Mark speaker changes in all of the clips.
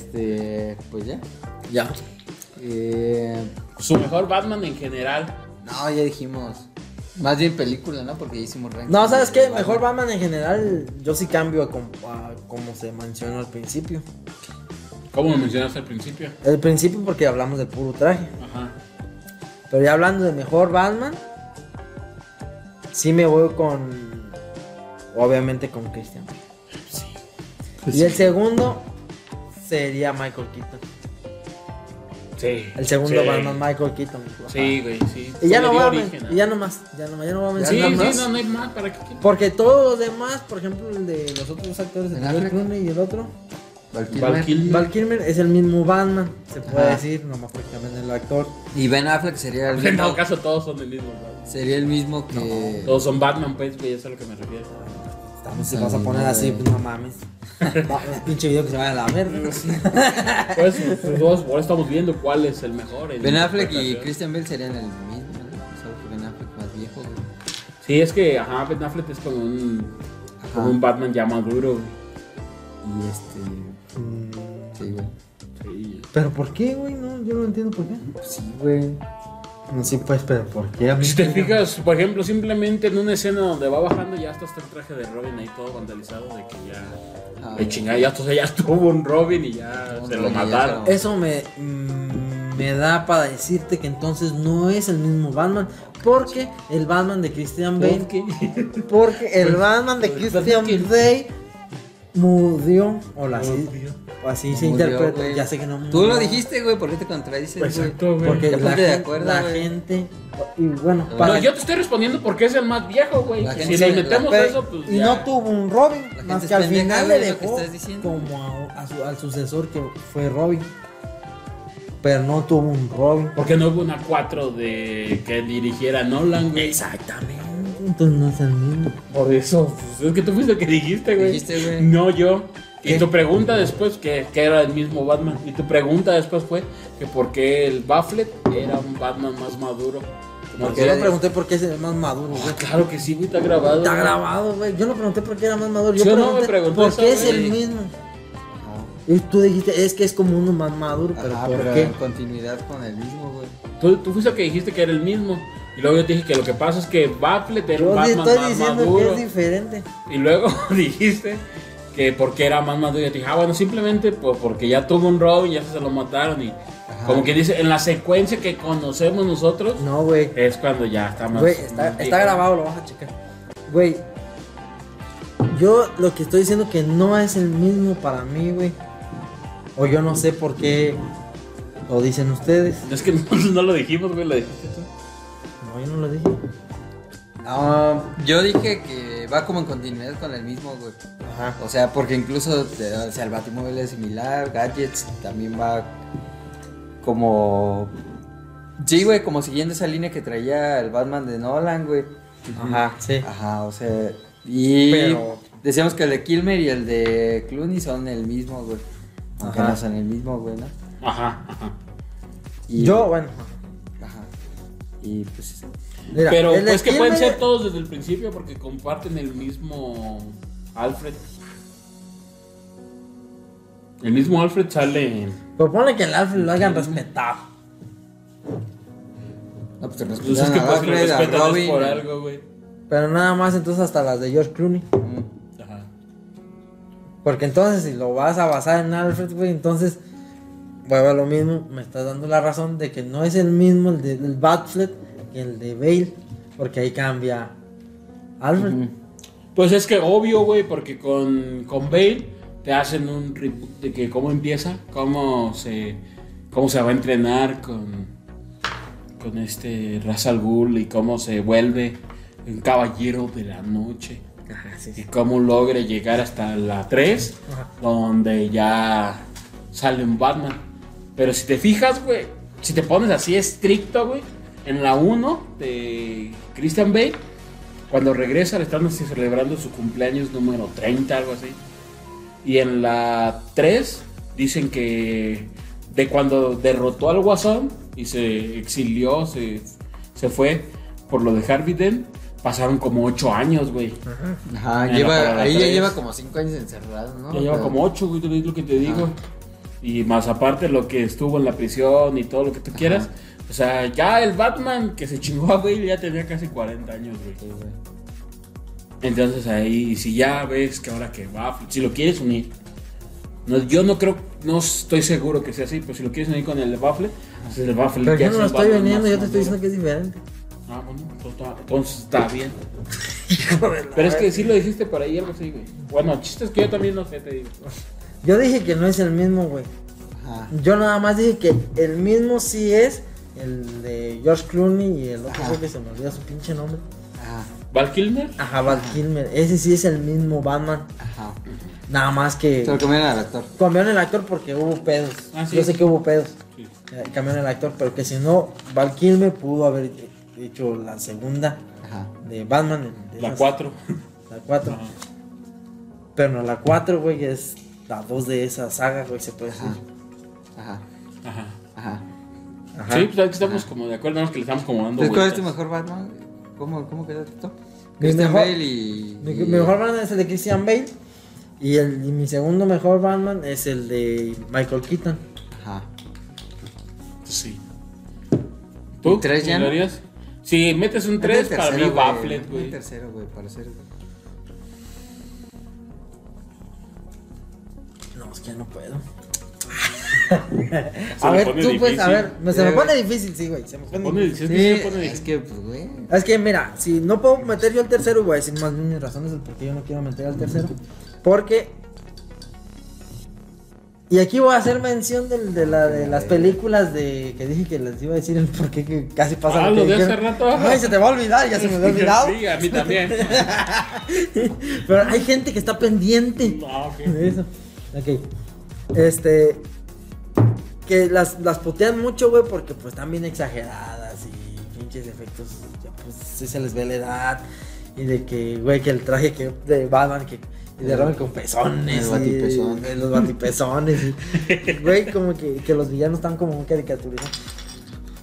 Speaker 1: Este, pues ya.
Speaker 2: Ya.
Speaker 1: Eh,
Speaker 3: Su mejor Batman en general.
Speaker 1: no, ya dijimos. Más bien película, ¿no? Porque ya hicimos ranking.
Speaker 2: No, ¿sabes qué? Mejor Batman en general, yo sí cambio a, com- a como se mencionó al principio.
Speaker 3: Como lo mencionaste al principio.
Speaker 2: Al principio porque hablamos del puro traje.
Speaker 3: Ajá.
Speaker 2: Pero ya hablando de mejor Batman, sí me voy con. Obviamente con Christian. Bale. Y el segundo sería Michael Keaton.
Speaker 3: Sí.
Speaker 2: El segundo
Speaker 3: Sí.
Speaker 2: Batman, Michael Keaton. Ajá.
Speaker 3: Sí, güey, sí.
Speaker 2: Y ya
Speaker 3: Le
Speaker 2: no,
Speaker 3: dio
Speaker 2: voy a men-
Speaker 3: origen a-
Speaker 2: y ya no más, ya no, ya no voy a
Speaker 3: Sí,
Speaker 2: mencionar
Speaker 3: sí,
Speaker 2: más.
Speaker 3: no, no hay más. ¿Para qué?
Speaker 2: Porque todos los demás, por ejemplo, el de los otros actores, el
Speaker 1: ¿El
Speaker 2: de
Speaker 1: Affleck?
Speaker 2: George Clooney y el otro,
Speaker 1: Val Kilmer.
Speaker 3: Val Kilmer.
Speaker 2: Val Kilmer es el mismo Batman, se puede
Speaker 1: Ajá.
Speaker 2: decir, nomás porque también el actor.
Speaker 1: Y Ben Affleck sería el
Speaker 3: En
Speaker 1: mismo,
Speaker 3: todo caso, todos son del mismo Batman.
Speaker 1: sería el mismo que...
Speaker 3: Todos son Batman, pues, güey, eso es a lo que me refiero.
Speaker 2: Estamos, si vas a poner así, pues no mames. Va, pinche video que se va a la verga.
Speaker 3: Pues, sus dos, ahora estamos viendo cuál es el mejor. en
Speaker 1: Ben Affleck y
Speaker 3: interpretación.
Speaker 1: Christian Bale serían el mismo, ¿no? Solo que Ben Affleck más viejo, güey.
Speaker 3: Sí, es que, ajá, Ben Affleck es como un,
Speaker 1: Ajá.
Speaker 3: como un Batman ya maduro. güey.
Speaker 1: Y este...
Speaker 2: Mm,
Speaker 1: Sí, güey.
Speaker 3: Sí.
Speaker 2: Pero ¿por qué, güey? No, yo no entiendo por qué.
Speaker 1: Pues Sí, güey.
Speaker 2: No, sí, pues, pero ¿por qué?
Speaker 3: Si te fijas, por ejemplo, simplemente en una escena donde va bajando ya hasta está el traje de Robin ahí todo vandalizado de que ya...
Speaker 1: Ah,
Speaker 3: De chingada, ya, entonces ya estuvo un Robin y ya
Speaker 1: Un
Speaker 3: se lo
Speaker 1: Robin y ya
Speaker 3: mataron.
Speaker 1: se
Speaker 2: Eso me, mm, me da para decirte que entonces no es el mismo Batman. Porque el Batman de Christian Bale. Porque el Batman de
Speaker 3: pues,
Speaker 2: Christian
Speaker 3: pues, es que-
Speaker 2: Bale murió. O la- así,
Speaker 3: Murió.
Speaker 2: o así se
Speaker 1: murió,
Speaker 2: interpreta.
Speaker 1: güey.
Speaker 2: Ya sé que no Pues,
Speaker 1: Tú
Speaker 2: no.
Speaker 1: lo dijiste, güey, ¿por qué te contradices, güey?
Speaker 3: Exacto, güey.
Speaker 2: Porque
Speaker 1: Ya
Speaker 2: la,
Speaker 1: ponte de
Speaker 2: gen-
Speaker 1: acuerdo,
Speaker 2: la
Speaker 1: güey.
Speaker 2: gente. Y bueno,
Speaker 1: No,
Speaker 3: No,
Speaker 2: para-
Speaker 3: yo te estoy respondiendo porque es el más viejo, güey.
Speaker 1: La
Speaker 3: que
Speaker 1: gente
Speaker 3: Si le
Speaker 1: se-
Speaker 3: metemos
Speaker 2: Pe-
Speaker 3: eso, pues.
Speaker 2: y
Speaker 3: ya.
Speaker 2: no tuvo un Robin,
Speaker 1: gente
Speaker 2: más
Speaker 1: es
Speaker 2: que al
Speaker 1: pendeja,
Speaker 2: final le
Speaker 1: güey, lo que
Speaker 2: dejó
Speaker 1: estás diciendo.
Speaker 2: como a- a su- al sucesor que fue Robin. Pero no tuvo un Robin.
Speaker 3: Porque no hubo una 4 de que dirigiera Nolan, güey.
Speaker 2: Exactamente. Entonces no es el mismo.
Speaker 3: Por eso, pues, es que tú fuiste el que dijiste, güey.
Speaker 1: Dijiste, güey.
Speaker 3: No yo.
Speaker 2: ¿Qué?
Speaker 3: Y tu pregunta después, que, que era el mismo Batman. Y tu pregunta después fue que por qué el Bafflet era un Batman más maduro. Como
Speaker 2: Porque
Speaker 3: que-
Speaker 2: yo le pregunté por qué es el más maduro, güey.
Speaker 3: Claro que sí, güey, está grabado.
Speaker 2: Está
Speaker 3: güey.
Speaker 2: grabado, güey. Yo no pregunté por qué era más maduro. Yo
Speaker 3: Yo no
Speaker 2: pregunté,
Speaker 3: me pregunté
Speaker 2: por
Speaker 3: eso,
Speaker 2: qué es el
Speaker 3: güey.
Speaker 2: mismo.
Speaker 1: No.
Speaker 2: Y tú dijiste, es que es como uno más maduro, pero
Speaker 3: Ah,
Speaker 1: Ajá,
Speaker 2: ¿por
Speaker 1: pero
Speaker 2: qué?
Speaker 1: en continuidad con el mismo, güey.
Speaker 3: Tú, tú fuiste el que dijiste que era el mismo. Y luego yo te dije que lo que pasa es que Bafflet era un
Speaker 2: Yo sí
Speaker 3: Batman
Speaker 2: estoy
Speaker 3: más
Speaker 2: diciendo
Speaker 3: maduro.
Speaker 2: que es diferente.
Speaker 3: Y luego dijiste que porque era más maduro. Y yo te dije, ah, bueno, simplemente pues porque ya tuvo un Robin, ya se lo mataron. Y como que dice, en la secuencia que conocemos nosotros,
Speaker 2: No, güey.
Speaker 3: es cuando ya está más.
Speaker 2: Güey, está,
Speaker 3: más
Speaker 2: está
Speaker 3: viejo.
Speaker 2: grabado, lo vas a checar. Güey, yo lo que estoy diciendo que no es el mismo para mí, güey. O yo no sé por qué lo dicen ustedes.
Speaker 3: Es que no, no lo dijimos, güey, lo dijiste tú.
Speaker 2: No, yo no lo dije.
Speaker 1: No, Ah, yo dije que va como en continuidad con el mismo, güey.
Speaker 2: Ajá.
Speaker 1: O sea, porque incluso te- o sea, el Batimóvil es similar, Gadgets también va como... Sí, güey, como siguiendo esa línea que traía el Batman de Nolan, güey.
Speaker 2: Ajá, sí.
Speaker 1: Ajá, o sea... Y
Speaker 2: Pero-
Speaker 1: decíamos que el de Kilmer y el de Clooney son el mismo, güey. Aunque
Speaker 2: Ajá.
Speaker 1: no son el mismo, güey, ¿no?
Speaker 3: Ajá, ajá.
Speaker 1: Y,
Speaker 2: Yo, bueno.
Speaker 1: Ajá. Y pues...
Speaker 2: mira,
Speaker 3: Pero
Speaker 2: el de
Speaker 3: es que pueden
Speaker 2: Kilmer-
Speaker 3: ser todos desde el principio porque comparten el mismo Alfred. El mismo Alfred sale en.
Speaker 2: Pero pues, ponle que el Alfred lo hayan respetado.
Speaker 1: No, pues te
Speaker 3: Pues es
Speaker 1: respetan
Speaker 3: que
Speaker 1: a
Speaker 3: pues que lo
Speaker 1: Alfred, a
Speaker 3: respetan es
Speaker 1: Robin,
Speaker 3: por
Speaker 1: a-
Speaker 3: algo, güey.
Speaker 2: Pero nada más entonces hasta las de George Clooney.
Speaker 1: Mm.
Speaker 3: Ajá.
Speaker 2: Porque entonces si lo vas a basar en Alfred, güey, entonces vuelve a lo mismo. Me estás dando la razón de que no es el mismo el del Batflet que el de Bale. Porque ahí cambia Alfred.
Speaker 3: Pues es que obvio, güey, porque con, con Bale te hacen un reboot de que cómo empieza, cómo se, cómo se va a entrenar con, con este Ra's al Ghul y cómo se vuelve un caballero de la noche.
Speaker 2: Ajá, sí,
Speaker 3: Y cómo logra llegar hasta la 3,
Speaker 2: Ajá.
Speaker 3: donde ya sale un Batman. Pero si te fijas, güey, si te pones así estricto, güey, en la 1 de Christian Bale, cuando regresa le están así celebrando su cumpleaños número 30, algo así. Y en la 3 dicen que de cuando derrotó al Guasón y se exilió, se, se fue por lo de Harvey Dent, pasaron como 8 años, güey.
Speaker 1: Ajá,
Speaker 3: Mira,
Speaker 1: lleva,
Speaker 3: para la
Speaker 1: ahí ya
Speaker 3: tres.
Speaker 1: lleva como 5 años encerrado, ¿no?
Speaker 3: Ya lleva
Speaker 1: Pero-
Speaker 3: como ocho, güey, es lo que te digo. Y más aparte lo que estuvo en la prisión y todo lo que tú quieras. O sea, ya el Batman que se chingó a Bale ya tenía casi 40 años, güey. Entonces ahí, si ya ves que ahora que va, si lo quieres unir, no, yo no creo, no estoy seguro que sea así, pero si lo quieres unir con el de Baffle, entonces el Baffle
Speaker 2: Pero yo
Speaker 3: ya es
Speaker 2: no lo
Speaker 3: un
Speaker 2: estoy
Speaker 3: Batman
Speaker 2: vendiendo,
Speaker 3: más
Speaker 2: yo te estoy
Speaker 3: maduro.
Speaker 2: diciendo que es diferente.
Speaker 3: Ah, bueno, entonces está, entonces está bien. Pero es que sí lo dijiste por ahí, algo así, güey. Bueno, el chiste es que yo también no sé, te digo.
Speaker 2: Yo dije que no es el mismo, güey.
Speaker 1: Ajá.
Speaker 2: Yo nada más dije que el mismo sí es el de George Clooney y el otro
Speaker 1: Ajá.
Speaker 2: güey que se me olvida su pinche nombre.
Speaker 1: Ajá.
Speaker 3: ¿Val Kilmer?
Speaker 2: Ajá, Val Kilmer. Ese sí es el mismo Batman.
Speaker 1: Ajá.
Speaker 2: Nada más
Speaker 1: Se lo
Speaker 2: que
Speaker 1: comieron al actor.
Speaker 2: cambiaron el actor porque hubo pedos.
Speaker 3: Ah, sí.
Speaker 2: Yo sé que hubo pedos.
Speaker 3: Sí.
Speaker 2: Eh, Cambiaron el actor, pero que si no, Val Kilmer pudo haber hecho la segunda
Speaker 1: Ajá.
Speaker 2: de Batman. de
Speaker 3: La
Speaker 2: esas-
Speaker 3: 4.
Speaker 2: La 4. Pero no, la 4, güey, es la 2 de esa saga, güey, se puede decir.
Speaker 1: Ajá. Ajá.
Speaker 3: Ajá.
Speaker 1: Ajá.
Speaker 2: Ajá.
Speaker 3: Sí, pues aquí estamos como de acuerdo, nada más que le estamos como dando
Speaker 1: Entonces, Pues, ¿cuál es
Speaker 3: vueltas.
Speaker 1: tu mejor Batman? ¿Cómo, cómo quedó tu top?
Speaker 2: Mi
Speaker 1: Christian
Speaker 2: mejor-
Speaker 1: Bale y.
Speaker 2: Mi,
Speaker 1: y-
Speaker 2: mi mejor Batman es el de Christian Bale. Y, el, y mi segundo mejor Batman es el de Michael Keaton.
Speaker 1: Ajá.
Speaker 3: Sí. ¿Tú?
Speaker 1: ¿Y tres ya
Speaker 3: ¿Lo
Speaker 1: no?
Speaker 3: harías? Si metes un 3, para mí Bafflet,
Speaker 1: Un
Speaker 3: güey.
Speaker 1: tercero, güey, para ser.
Speaker 2: No, es que ya no puedo.
Speaker 3: Se
Speaker 2: A
Speaker 3: le
Speaker 2: ver,
Speaker 3: pone
Speaker 2: tú pues, a
Speaker 3: difícil. Eh,
Speaker 2: ver, me- se me
Speaker 1: Sí,
Speaker 2: pone
Speaker 1: güey.
Speaker 2: difícil, sí, güey. Se me
Speaker 3: Se
Speaker 2: pone
Speaker 3: pone,
Speaker 2: difícil.
Speaker 3: sí, sí, se pone
Speaker 1: es
Speaker 3: difícil.
Speaker 1: que, pues, güey.
Speaker 2: Es que mira, si no puedo meter yo al tercero, voy a decir más bien mis razones del por qué yo no quiero meter al tercero. Porque. Y aquí voy a hacer mención del- de, la, de las películas de que dije que les iba a decir el por qué que casi pasa
Speaker 3: Ah,
Speaker 2: que
Speaker 3: lo de hace
Speaker 2: dijeron.
Speaker 3: rato.
Speaker 2: Ay, se te va a olvidar, ya se me había olvidado.
Speaker 3: Sí, a mí también.
Speaker 2: Pero hay gente que está pendiente
Speaker 3: No, ok.
Speaker 2: de eso. Ok. Este. Que las, las putean mucho, güey, porque pues están bien exageradas y pinches efectos. ya, pues sí se les ve la edad. Y de que, güey, que el traje que de Batman que. Y de Robin con pezones.
Speaker 1: El
Speaker 2: y-
Speaker 1: batipezón.
Speaker 2: de los batipezones. y- y, Güey, como que, que los villanos están como un caricaturismo.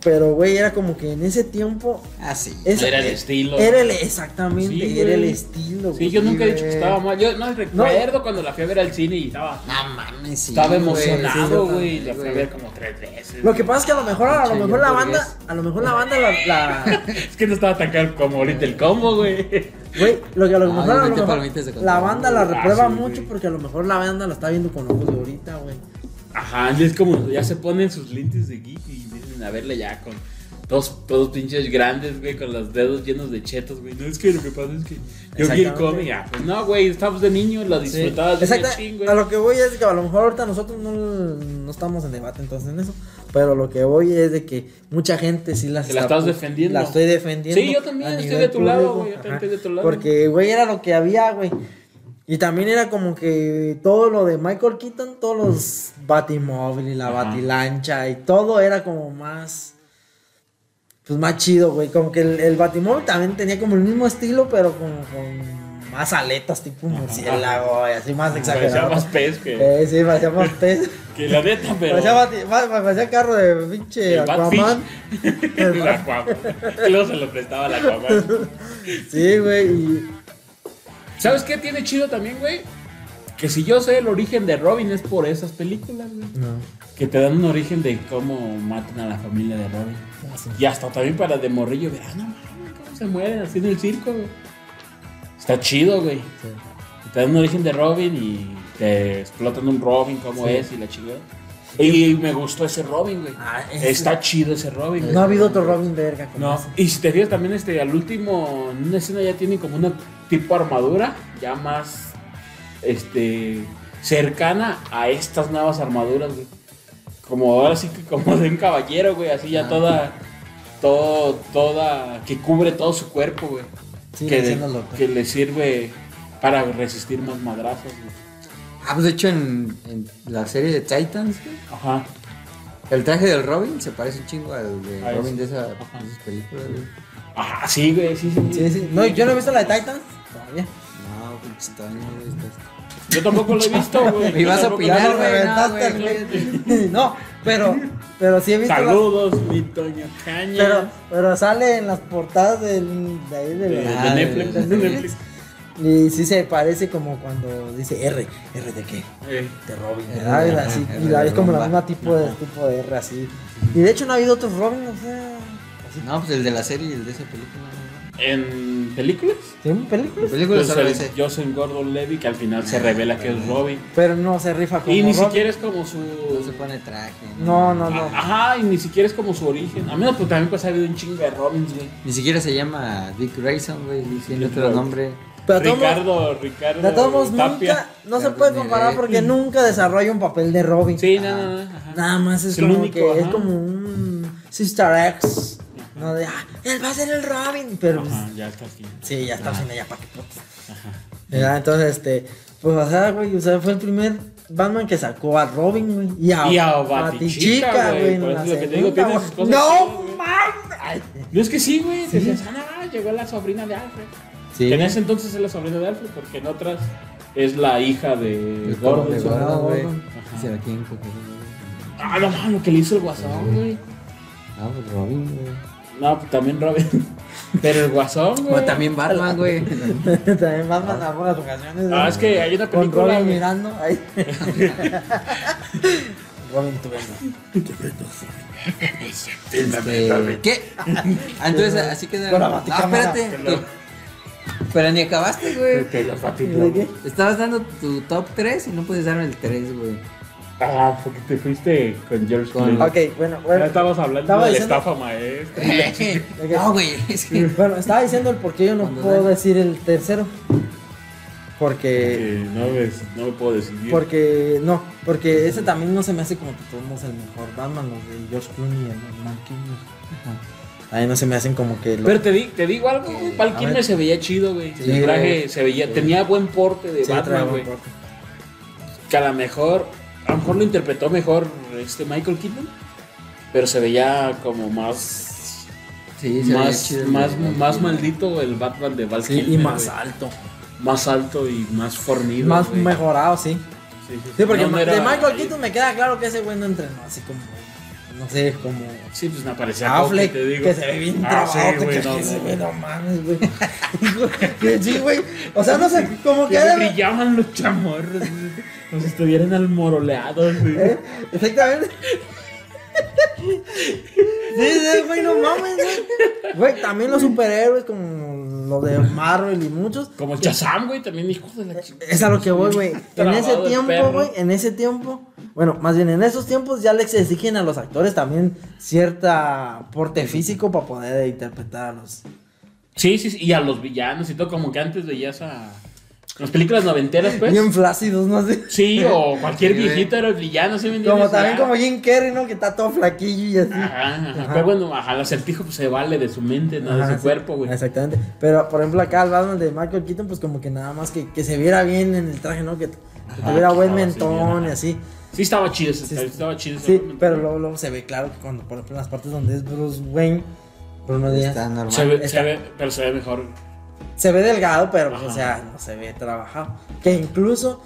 Speaker 2: Pero, güey, era como que en ese tiempo.
Speaker 1: Ah, sí.
Speaker 2: esa-
Speaker 3: Era el estilo.
Speaker 2: Era el, exactamente,
Speaker 3: Sí,
Speaker 2: era el
Speaker 3: güey.
Speaker 2: estilo,
Speaker 3: Sí, yo nunca he dicho que
Speaker 1: güey.
Speaker 3: estaba mal. Yo no recuerdo cuando la fui a ver al cine y estaba.
Speaker 1: No mames, sí.
Speaker 3: Estaba
Speaker 1: güey, sí, yo
Speaker 3: emocionado,
Speaker 1: también,
Speaker 3: güey. La fui a ver como tres veces.
Speaker 2: Lo que pasa es que a lo mejor, a lo
Speaker 1: Pinche
Speaker 2: mejor la banda,
Speaker 1: hamburguesa.
Speaker 2: a lo mejor la banda la, la-
Speaker 3: Es que no estaba tan caro como ahorita el combo, güey.
Speaker 2: güey, lo que a lo
Speaker 1: Ah,
Speaker 2: mejor,
Speaker 1: yo
Speaker 2: a lo
Speaker 1: metí
Speaker 2: mejor
Speaker 1: palomitas de
Speaker 2: la
Speaker 1: contrabando,
Speaker 2: banda la
Speaker 3: güey. Ah,
Speaker 2: reprueba
Speaker 3: sí,
Speaker 2: mucho
Speaker 3: güey.
Speaker 2: porque a lo mejor la banda la está viendo con ojos de ahorita, güey.
Speaker 3: Ajá, y es como ya se ponen sus lentes de geek y vienen a verla ya con todos, todos pinches grandes, güey, con los dedos llenos de chetos, güey. No es que lo que pasa es que yo vi el
Speaker 2: Exactamente.
Speaker 3: cómic, ah, pues no, güey, estabas de niño, la disfrutabas de
Speaker 2: Exacta-
Speaker 3: un chingo.
Speaker 2: a lo que voy es que a lo mejor ahorita nosotros no, no estamos en debate entonces en eso, pero lo que voy es de que mucha gente sí las
Speaker 3: Que la
Speaker 2: está-
Speaker 3: estás defendiendo.
Speaker 2: La estoy defendiendo.
Speaker 3: Sí, yo también
Speaker 2: a
Speaker 3: estoy
Speaker 2: nivel
Speaker 3: de tu lado,
Speaker 2: público,
Speaker 3: güey, yo también
Speaker 2: ajá,
Speaker 3: estoy de tu lado.
Speaker 2: Porque, güey, era lo que había, güey. Y también era como que todo lo de Michael Keaton, todos los Batimóvil y la
Speaker 3: Ajá.
Speaker 2: Batilancha y todo era como más. Pues más chido, güey. Como que el, el Batimóvil también tenía como el mismo estilo, pero como con más aletas, tipo murciélago, y así más
Speaker 3: Parecía
Speaker 2: exagerado.
Speaker 3: Ah, más pez que,
Speaker 2: Eh, sí, parecía más pez.
Speaker 3: que la neta, pero.
Speaker 2: Parecía, bati- pa- parecía carro de pinche
Speaker 3: el Batfish.
Speaker 2: Aquaman. El
Speaker 3: la Aquaman. Y luego se lo prestaba la Aquaman.
Speaker 2: Sí, güey. y-
Speaker 3: ¿Sabes qué tiene chido también, güey? Que si yo sé el origen de Robin es por esas películas, güey.
Speaker 2: No.
Speaker 3: Que te dan un origen de cómo matan a la familia de Robin. Y hasta también para de morrillo, ver, ah, no mames, cómo se mueren así en el circo, güey. Está chido, güey. Te dan un origen de Robin y te explotan un Robin, cómo es y la chingada. Y, y me gustó ese Robin, güey.
Speaker 2: Ah, ese-
Speaker 3: Está chido ese Robin, güey.
Speaker 2: No ha habido otro Robin verga como
Speaker 3: No,
Speaker 2: ese.
Speaker 3: y si te fijas también, este, al último, en una escena ya tiene como una tipo armadura, ya más, este, cercana a estas nuevas armaduras, güey. Como ahora sí que como de un caballero, güey, así ya
Speaker 1: Ah.
Speaker 3: toda, todo, toda, que cubre todo su cuerpo, güey.
Speaker 2: Sí,
Speaker 3: que, de-
Speaker 2: haciéndolo, pues.
Speaker 3: que le sirve para resistir más madrazos, güey.
Speaker 1: Ah, pues de hecho, en, en la serie de Titans, güey,
Speaker 3: Ajá.
Speaker 1: el traje del Robin se parece un chingo al de
Speaker 3: Ah, ese.
Speaker 1: Robin de, esa,
Speaker 3: Ajá.
Speaker 1: de esas películas, güey.
Speaker 3: Ajá, Ah, sí, güey, sí, sí.
Speaker 2: Sí, sí. No, yo no he visto la de Titans todavía.
Speaker 1: No, pues, pinche, todavía no lo viste.
Speaker 3: Yo tampoco lo he visto, güey.
Speaker 1: Y
Speaker 3: Yo
Speaker 1: vas a
Speaker 3: tampoco
Speaker 1: opinar, no,
Speaker 2: Ya lo
Speaker 3: lo he
Speaker 1: güey,
Speaker 2: reventaste
Speaker 1: no, güey,
Speaker 2: al güey. No, pero, pero sí he visto. las-
Speaker 3: Saludos, mi Toño Caña.
Speaker 2: pero, pero sale en las portadas del, de ahí de
Speaker 3: de,
Speaker 2: la-
Speaker 1: Ah,
Speaker 3: de Netflix.
Speaker 1: de- de
Speaker 3: de
Speaker 1: Netflix.
Speaker 3: Netflix.
Speaker 2: Y sí se parece como cuando dice R, R de qué?
Speaker 3: Eh,
Speaker 2: De Robin.
Speaker 1: R,
Speaker 2: ¿verdad?
Speaker 1: ajá,
Speaker 2: Así,
Speaker 1: R
Speaker 2: y la
Speaker 1: de
Speaker 2: ves como la
Speaker 1: Robin,
Speaker 2: misma tipo de, tipo de R así. Y de hecho no ha habido otros Robin, o sea.
Speaker 1: No, pues el de la serie y el de esa película. ¿no?
Speaker 3: ¿En películas?
Speaker 2: ¿Tienen
Speaker 1: La
Speaker 2: películas?
Speaker 1: película
Speaker 3: Pues
Speaker 1: solo
Speaker 3: el
Speaker 1: ese.
Speaker 3: Joseph Gordon Levy, que al final se revela que es Robin.
Speaker 2: Pero no se rifa como
Speaker 3: Y ni
Speaker 2: Robin.
Speaker 3: siquiera es como
Speaker 1: No se
Speaker 3: su. Ah,
Speaker 1: pone traje.
Speaker 2: No, no, no.
Speaker 3: Ajá, y ni siquiera es como su origen. A menos pues también pues ha habido un chingo de Robins, güey.
Speaker 1: Ni siquiera se llama Dick Grayson, güey. Tiene
Speaker 3: Dick
Speaker 1: otro
Speaker 3: Grayson.
Speaker 1: nombre.
Speaker 2: Pero de todos modos-
Speaker 3: Ricardo, Ricardo.
Speaker 2: de todos modos, nunca,
Speaker 3: Tapia.
Speaker 2: no se
Speaker 1: Tapia
Speaker 2: puede
Speaker 1: ni
Speaker 2: comparar
Speaker 1: Red.
Speaker 2: porque nunca desarrolla un papel de Robin.
Speaker 3: Sí,
Speaker 2: Ajá.
Speaker 3: no, no, no, ajá.
Speaker 2: Nada más es
Speaker 3: Es el
Speaker 2: como
Speaker 3: único,
Speaker 2: que es
Speaker 3: ajá.
Speaker 2: como un Sister X. No de, ah, él va a ser el Robin, pero pues,
Speaker 3: Ajá, ya está aquí.
Speaker 2: sí, ya está sin ella, ¿para qué putas? ¿Verdad? Entonces, este, pues, o sea, güey, o sea, fue el primer Batman que sacó a Robin, güey, y a,
Speaker 3: Y a Batichica, güey, por
Speaker 2: en la
Speaker 3: eso es lo que te digo,
Speaker 2: segunda,
Speaker 3: tiene
Speaker 2: güey.
Speaker 3: sus cosas chidas,
Speaker 2: No
Speaker 3: güey.
Speaker 2: mames. Ay,
Speaker 3: No es que sí, güey.
Speaker 2: Sí.
Speaker 3: Decías, ah, llegó la sobrina de Alfred.
Speaker 1: Sí.
Speaker 3: Que en ese entonces es la sobrina de Alfred, porque en otras es la hija de
Speaker 1: El gordo
Speaker 3: Gordon.
Speaker 1: de
Speaker 3: su-
Speaker 1: Gordon, güey.
Speaker 2: Gordon.
Speaker 3: Ajá.
Speaker 1: ¿Será quién? Porque- No,
Speaker 3: Ah, no mames, lo que le hizo el guasón, güey.
Speaker 1: pues Robin, güey.
Speaker 3: No, pues también Robin. Pero el guasón,
Speaker 1: O
Speaker 3: güey.
Speaker 1: también Batman, güey.
Speaker 2: También Batman a pocas ocasiones.
Speaker 3: Ah,
Speaker 2: güey,
Speaker 3: es que hay una
Speaker 2: con
Speaker 3: película.
Speaker 2: Robin
Speaker 3: güey.
Speaker 2: mirando ahí. Robin Tuberno.
Speaker 1: Este, ¿Qué? Ah, entonces, así que.
Speaker 2: Con la
Speaker 1: Ah,
Speaker 2: Vaticámara.
Speaker 1: espérate. tú- Pero ni acabaste, güey.
Speaker 3: Que los
Speaker 2: ¿De qué?
Speaker 3: papitos.
Speaker 1: Estabas dando tu top 3 y no puedes darme el 3, güey.
Speaker 3: Ah, porque te fuiste con George
Speaker 1: Con-
Speaker 3: Clooney.
Speaker 2: Ok, bueno, bueno.
Speaker 3: Ya estamos hablando
Speaker 2: Ah, Estaba
Speaker 3: de la
Speaker 2: diciendo-
Speaker 3: estafa maestra.
Speaker 1: No, güey. Es que.
Speaker 2: Bueno, estaba diciendo el por qué yo no
Speaker 1: Cuando
Speaker 2: puedo
Speaker 1: dan-
Speaker 2: decir el tercero. Porque.
Speaker 3: Que no, me, no me puedo decidir.
Speaker 2: Porque. No, porque ese también no se me hace como que todos el mejor Batman, los de George Clooney y el Manquillo. Ahí no se me hacen como que. lo-
Speaker 3: Pero te, di- te digo algo, güey. Val
Speaker 2: a
Speaker 3: Kilmer
Speaker 2: ver.
Speaker 3: se veía chido, güey.
Speaker 2: Sí,
Speaker 3: el traje
Speaker 2: güey.
Speaker 3: se veía, tenía buen porte de
Speaker 2: Sí, trae
Speaker 3: Batman,
Speaker 2: buen
Speaker 3: güey.
Speaker 2: porte.
Speaker 3: Que a lo mejor, a lo mejor lo interpretó mejor este Michael Keaton, pero se veía como más,
Speaker 1: Sí, se
Speaker 3: más,
Speaker 1: ve chido,
Speaker 3: más,
Speaker 1: güey.
Speaker 3: más maldito el Batman de Val
Speaker 2: Sí, y
Speaker 3: Kilmer,
Speaker 2: más
Speaker 3: güey.
Speaker 2: alto.
Speaker 3: más alto y más fornido,
Speaker 2: Más
Speaker 3: güey.
Speaker 2: mejorado, sí.
Speaker 3: Sí, sí,
Speaker 2: Sí, porque
Speaker 3: No, no
Speaker 2: ma-
Speaker 3: era-
Speaker 2: de Michael Keaton me queda claro que ese güey no entrenó así como. No sé, como.
Speaker 3: Sí, pues me aparecía
Speaker 2: Affleck,
Speaker 3: Coque, te digo.
Speaker 2: Ah, que se ve bien
Speaker 3: Ah, sí,
Speaker 2: trabado, te
Speaker 3: güey,
Speaker 2: crees
Speaker 3: no,
Speaker 2: que se
Speaker 3: no.
Speaker 2: ve, no mames, güey. Que sí, güey. O sea, no sé, como que
Speaker 3: Ya
Speaker 2: era-
Speaker 3: se brillaban los chamorros, güey. Como si estuvieran almoroleados, güey.
Speaker 2: ¿Eh? Exactamente. Sí, sí, güey, no mames, güey. Güey, también los superhéroes como los de Marvel y muchos.
Speaker 3: Como Chazam, güey, también hijo de la chica.
Speaker 2: Es a lo que voy, güey. En
Speaker 3: Trabado
Speaker 2: ese
Speaker 3: el
Speaker 2: tiempo,
Speaker 3: perro.
Speaker 2: güey, en ese tiempo. Bueno, más bien en esos tiempos ya les exigen a los actores también cierta porte físico para poder interpretar a los.
Speaker 3: Sí, sí, sí, y a los villanos y todo, como que antes veías a. Las películas noventeras, pues.
Speaker 2: Bien flácidos, no sé.
Speaker 3: Sí, o cualquier
Speaker 1: Sí, güey.
Speaker 3: viejito era el villano, ¿sí me entiendes? Ah.
Speaker 2: Como también
Speaker 3: Ya.
Speaker 2: como Jim Carrey, ¿no? Que está todo flaquillo y así.
Speaker 3: Ajá, ajá.
Speaker 2: Ajá.
Speaker 3: Pero bueno, ajá, el acertijo pues, se vale de su mente, no
Speaker 2: Ajá,
Speaker 3: de su
Speaker 2: sí.
Speaker 3: cuerpo, güey.
Speaker 2: Exactamente. Pero, por ejemplo, acá el Batman de Michael Keaton, pues como que nada más que, que se viera bien en el traje, ¿no? Que, que tuviera
Speaker 3: que
Speaker 2: buen
Speaker 3: estaba
Speaker 2: mentón
Speaker 3: así,
Speaker 2: y así.
Speaker 3: Sí, estaba chido, ese,
Speaker 2: Sí,
Speaker 3: estaba chido. ese
Speaker 2: Sí,
Speaker 3: momento.
Speaker 2: pero luego, luego se ve claro que cuando, por ejemplo, en las partes donde es Bruce Wayne, Bruno Díaz,
Speaker 1: Está normal.
Speaker 3: Se ve,
Speaker 2: está-
Speaker 3: se ve, pero se ve mejor.
Speaker 2: se ve delgado, pero, pues,
Speaker 3: Ajá.
Speaker 2: o sea, no se ve trabajado. Que incluso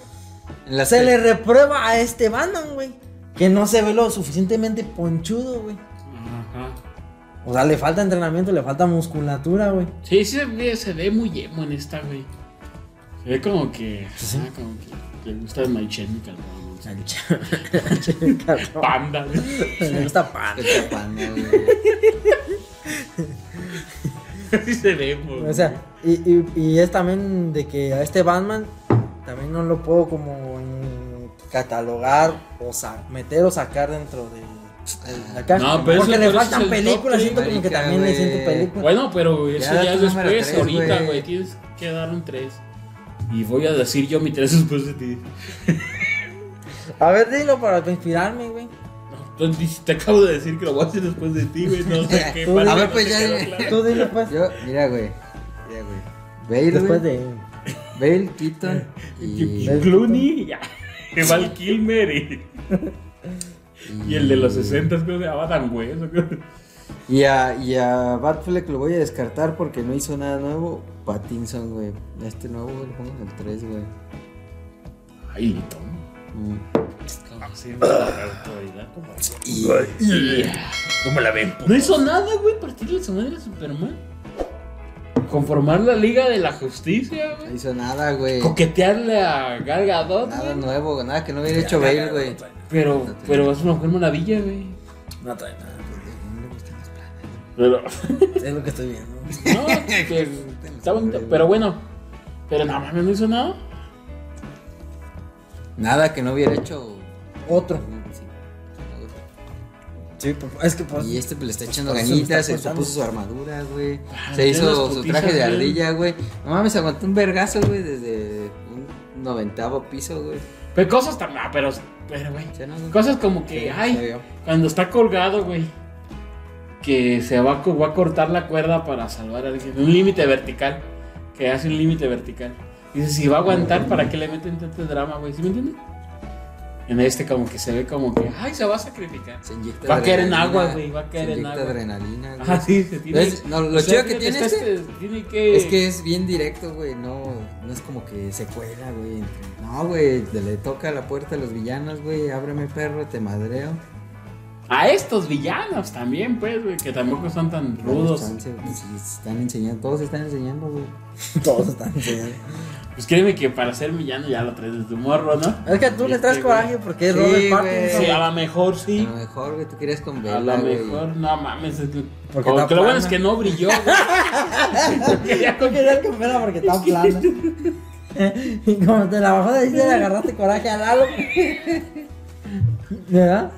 Speaker 1: En la
Speaker 2: se
Speaker 1: serie.
Speaker 2: le reprueba a este Batman, güey. Que no se ve lo suficientemente ponchudo, güey.
Speaker 3: Ajá.
Speaker 2: O sea, le falta entrenamiento, le falta musculatura, güey.
Speaker 3: Sí, sí, se ve, se ve muy emo en esta, güey. Se ve como que.
Speaker 2: Sí.
Speaker 3: ajá, como que le gusta el My Chemical Romance.
Speaker 2: Cabrón.
Speaker 3: Panda, güey.
Speaker 2: Me gusta pan.
Speaker 1: Qué chapando, güey.
Speaker 3: Así se ve, güey.
Speaker 2: O sea, y, y- y es también de que a este Batman también no lo puedo como en- catalogar o sa- meter o sacar dentro de, de acá.
Speaker 3: No, pero
Speaker 2: Porque
Speaker 3: eso-
Speaker 2: le
Speaker 3: pero
Speaker 2: faltan
Speaker 3: ese es el
Speaker 2: películas,
Speaker 3: top,
Speaker 2: siento como que
Speaker 1: marica,
Speaker 2: también le
Speaker 1: güey.
Speaker 2: siento películas.
Speaker 3: Bueno, pero eso
Speaker 1: Ya,
Speaker 3: ya, es
Speaker 1: tú número
Speaker 3: después,
Speaker 1: tres,
Speaker 3: ahorita,
Speaker 1: güey.
Speaker 3: güey. Tienes que dar un 3. Y voy a decir yo mi 3 después de ti.
Speaker 2: A ver, dilo para inspirarme, güey.
Speaker 3: No, tú dices- te acabo de decir que lo voy a hacer después de ti, güey. No sé qué
Speaker 2: Tú dime.
Speaker 3: pasa, no
Speaker 2: A ver,
Speaker 3: te
Speaker 1: pues, ya,
Speaker 3: quedó
Speaker 1: güey.
Speaker 3: claro.
Speaker 2: Tú dilo pues.
Speaker 1: Yo, mira, güey. Mira, güey. Bale,
Speaker 2: Después
Speaker 1: güey.
Speaker 2: de.
Speaker 1: Bale, Keaton
Speaker 3: Y-
Speaker 1: y.
Speaker 3: y Clooney, ya. Y Val Kilmer y, y el de los 60, creo que se llama Tan Hueso. creo.
Speaker 1: Y a, y a Batfleck lo voy a descartar porque no hizo nada nuevo. Pattinson, güey. Este nuevo, güey, lo pongo en el 3, güey.
Speaker 3: Ay, Tom.
Speaker 1: Mm.
Speaker 3: ¿Cómo se llama la autoridad?
Speaker 1: Y-
Speaker 3: ¿Cómo la ven? No hizo nada, güey, partirle su madre a Superman. conformar la Liga de la Justicia,
Speaker 1: No
Speaker 3: güey.
Speaker 1: hizo nada, güey.
Speaker 3: Coquetearle a Gal Gadot,
Speaker 1: Nada
Speaker 3: güey.
Speaker 1: nuevo, nada que no hubiera hecho Bale, güey.
Speaker 3: Pero, pero es una mujer maravilla, güey.
Speaker 2: No trae nada.
Speaker 3: Pero.
Speaker 2: Es lo que estoy viendo.
Speaker 3: No, que está bonito. Pero bueno. Pero nada más no hizo nada.
Speaker 1: Nada que no hubiera hecho.
Speaker 2: Otro.
Speaker 1: Sí.
Speaker 2: Sí, por- es que por-
Speaker 1: Y este pues, le está echando
Speaker 2: Por eso me
Speaker 1: ganitas,
Speaker 2: está
Speaker 1: se
Speaker 2: costando.
Speaker 1: puso su armadura, güey.
Speaker 3: Ah,
Speaker 1: Se
Speaker 3: le
Speaker 1: hizo
Speaker 3: dieron las
Speaker 1: su
Speaker 3: putizas,
Speaker 1: traje de
Speaker 3: güey.
Speaker 1: ardilla, güey. No mames, aguantó un vergazo, güey, desde un noventavo piso, güey.
Speaker 3: Pero cosas tan. Ah, pero. Pero, güey.
Speaker 1: O sea, no, no.
Speaker 3: Cosas como que,
Speaker 1: Sí,
Speaker 3: ay,
Speaker 1: se vio.
Speaker 3: cuando está colgado, güey. Que se va, a co- va a cortar la cuerda para salvar a alguien. Un límite vertical. Que hace un límite vertical. Dice, si va a aguantar, ¿para qué le meten tanto drama, güey? ¿Sí me entiendes? En este como que se ve como que, ay, se va a sacrificar.
Speaker 1: Se inyecta
Speaker 3: Va a caer en
Speaker 1: adrenalina,
Speaker 3: agua, güey, va a caer
Speaker 1: se
Speaker 3: en
Speaker 1: inyecta
Speaker 3: agua.
Speaker 1: adrenalina, güey.
Speaker 3: Ah, sí, se tiene.
Speaker 1: ¿Ves? No, lo
Speaker 3: o sea,
Speaker 1: chido que tiene
Speaker 3: está
Speaker 1: este-
Speaker 3: tiene que...
Speaker 1: Es que es bien directo, güey, no, no es como que se cuela, güey. No, güey, le- le toca la puerta a los villanos, güey, ábreme perro, te madreo.
Speaker 3: A estos villanos también, pues, güey, que tampoco son tan rudos.
Speaker 1: Chance, güey, sí, Están enseñando, todos están enseñando, güey.
Speaker 2: todos están enseñando.
Speaker 3: Pues créeme que para ser villano ya lo traes desde morro, ¿no?
Speaker 2: Es que tú le traes
Speaker 3: Este,
Speaker 2: coraje porque es
Speaker 1: Sí,
Speaker 2: Robert
Speaker 1: güey.
Speaker 2: Pattinson.
Speaker 3: Sí, a lo mejor sí.
Speaker 1: A lo mejor, güey, tú querías con
Speaker 3: A
Speaker 1: Bella,
Speaker 3: lo
Speaker 1: Ah, güey.
Speaker 3: mejor, no mames. Es que,
Speaker 2: Porque
Speaker 3: o-
Speaker 2: está
Speaker 3: que lo bueno es
Speaker 2: plana.
Speaker 3: que no brilló, güey. Que ya
Speaker 2: No
Speaker 3: con-
Speaker 2: quería que fuera porque estaba plana. y como te la bajó de ahí, le agarraste coraje al Lalo. ¿Verdad?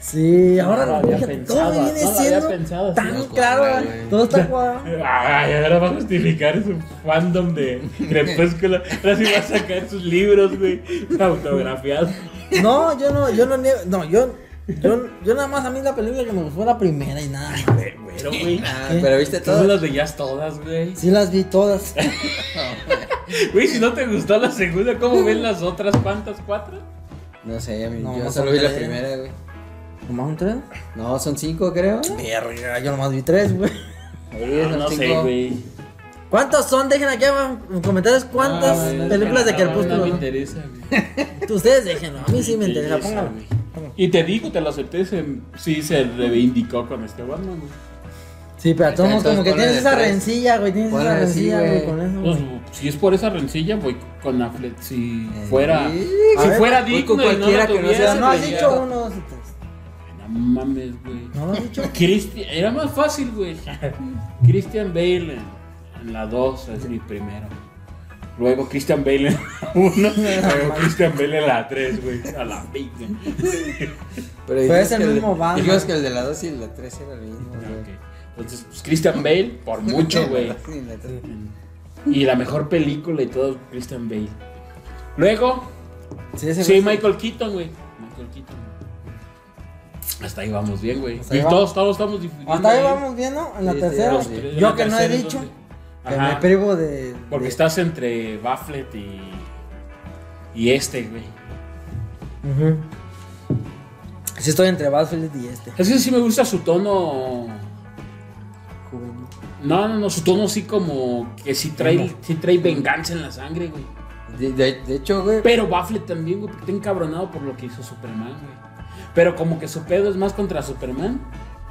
Speaker 2: Sí, ahora
Speaker 3: No lo
Speaker 2: lo
Speaker 3: había
Speaker 2: que
Speaker 3: pensado,
Speaker 2: todo viene
Speaker 3: no lo había
Speaker 2: siendo
Speaker 3: pensado,
Speaker 2: tan
Speaker 1: sí.
Speaker 2: claro,
Speaker 1: Cuadrado,
Speaker 2: ¿verdad?
Speaker 1: güey.
Speaker 2: todo está cuadrado.
Speaker 3: Ay, ahora va a justificar su fandom de Crepúsculo. Ahora sí va a sacar sus libros, güey, autografiados.
Speaker 2: No, yo no, yo no, niego- no, yo, yo, yo nada más a mí la película que me gustó fue la primera y nada.
Speaker 3: Pero, güey,
Speaker 1: Ah,
Speaker 2: ¿Qué?
Speaker 1: pero viste
Speaker 3: tú
Speaker 1: todo.
Speaker 3: me las veías todas, güey.
Speaker 2: Sí las vi todas.
Speaker 3: Güey, si no te gustó la segunda, ¿cómo ven las otras cuantas cuatro?
Speaker 1: No sé, a mí-
Speaker 2: No,
Speaker 1: yo
Speaker 2: no
Speaker 1: solo vi la
Speaker 2: conté.
Speaker 1: primera, güey.
Speaker 2: ¿Nomás un tres?
Speaker 1: No, son cinco, creo. Sí,
Speaker 2: Verga, yo nomás vi tres, güey.
Speaker 1: son
Speaker 3: No, Ah, no sé,
Speaker 1: cinco.
Speaker 3: güey.
Speaker 2: ¿Cuántos son? Dejen aquí abajo en los comentarios cuántas
Speaker 3: Ah, güey,
Speaker 2: películas de
Speaker 3: no, no, No
Speaker 2: Crepúsculo.
Speaker 3: me
Speaker 2: son.
Speaker 3: interesa, güey.
Speaker 2: Ustedes déjenlo, a mí sí me interesa,
Speaker 3: interesa,
Speaker 2: pónganlo.
Speaker 3: güey. Y te digo, te lo acepté, se, sí se reivindicó con este Batman, güey.
Speaker 2: Sí, pero todos modos,
Speaker 1: Entonces,
Speaker 2: como que
Speaker 1: ponle
Speaker 2: tienes
Speaker 1: de
Speaker 2: esa
Speaker 1: tres.
Speaker 2: rencilla, güey, tienes
Speaker 1: Ponle
Speaker 2: esa
Speaker 1: así,
Speaker 2: rencilla,
Speaker 1: güey.
Speaker 2: güey, con eso.
Speaker 3: Pues,
Speaker 2: güey.
Speaker 3: si es por esa rencilla, voy con Affleck. Si
Speaker 1: Eh,
Speaker 3: fuera,
Speaker 1: sí.
Speaker 2: A
Speaker 3: si
Speaker 2: ver,
Speaker 3: fuera
Speaker 1: voy
Speaker 3: digno
Speaker 1: con
Speaker 3: y no
Speaker 1: cualquiera
Speaker 3: la
Speaker 1: que no
Speaker 3: tuviese,
Speaker 1: sea-
Speaker 2: No has
Speaker 1: ya.
Speaker 3: pues,
Speaker 2: dicho uno, dos y tres.
Speaker 3: ya. No mames, güey.
Speaker 2: No lo has dicho.
Speaker 3: Cristi- era más fácil, güey. Christian Bale en, en la 2 es mi primero. Luego Christian Bale en la 1. luego Christian Bale en la 3, güey. A la pica.
Speaker 1: Pero
Speaker 2: Pero
Speaker 1: dijimos
Speaker 2: es el
Speaker 1: que
Speaker 2: mismo
Speaker 1: de-
Speaker 2: Batman.
Speaker 1: Dijimos que el de la 2 y el de la 3 era el mismo,
Speaker 3: Ok.
Speaker 1: güey.
Speaker 3: Entonces, pues, Christian Bale, por mucho, güey.
Speaker 1: Sí, la tres.
Speaker 3: Y la mejor película y todo, Christian Bale. Luego,
Speaker 2: Sí, ese
Speaker 3: sí,
Speaker 2: güey.
Speaker 3: Michael Keaton, güey. Michael Keaton. güey. Hasta ahí vamos bien, güey.
Speaker 2: Hasta
Speaker 3: Y
Speaker 2: ahí vamos.
Speaker 3: todos, todos estamos difundiendo.
Speaker 2: Hasta ahí
Speaker 3: ahí.
Speaker 2: vamos viendo, en la
Speaker 1: Sí, sí,
Speaker 2: tercera.
Speaker 1: los
Speaker 3: tres,
Speaker 2: Yo
Speaker 3: la
Speaker 2: que no he
Speaker 3: tercera es
Speaker 2: dicho,
Speaker 3: donde-
Speaker 2: que
Speaker 3: Ajá.
Speaker 2: me privo de.
Speaker 3: Porque
Speaker 2: de-
Speaker 3: estás entre Bafflet y. Y este, güey.
Speaker 2: Ujú. Sí, estoy entre Battlefield y este.
Speaker 3: Es que sí me gusta su tono. No, no, no, su tono sí como que sí trae,
Speaker 2: Emo.
Speaker 3: sí trae venganza en la sangre, güey.
Speaker 1: De, de- de hecho, güey.
Speaker 3: Pero Bafflet también, güey, porque está encabronado por lo que hizo Superman, güey. Pero como que su pedo es más contra Superman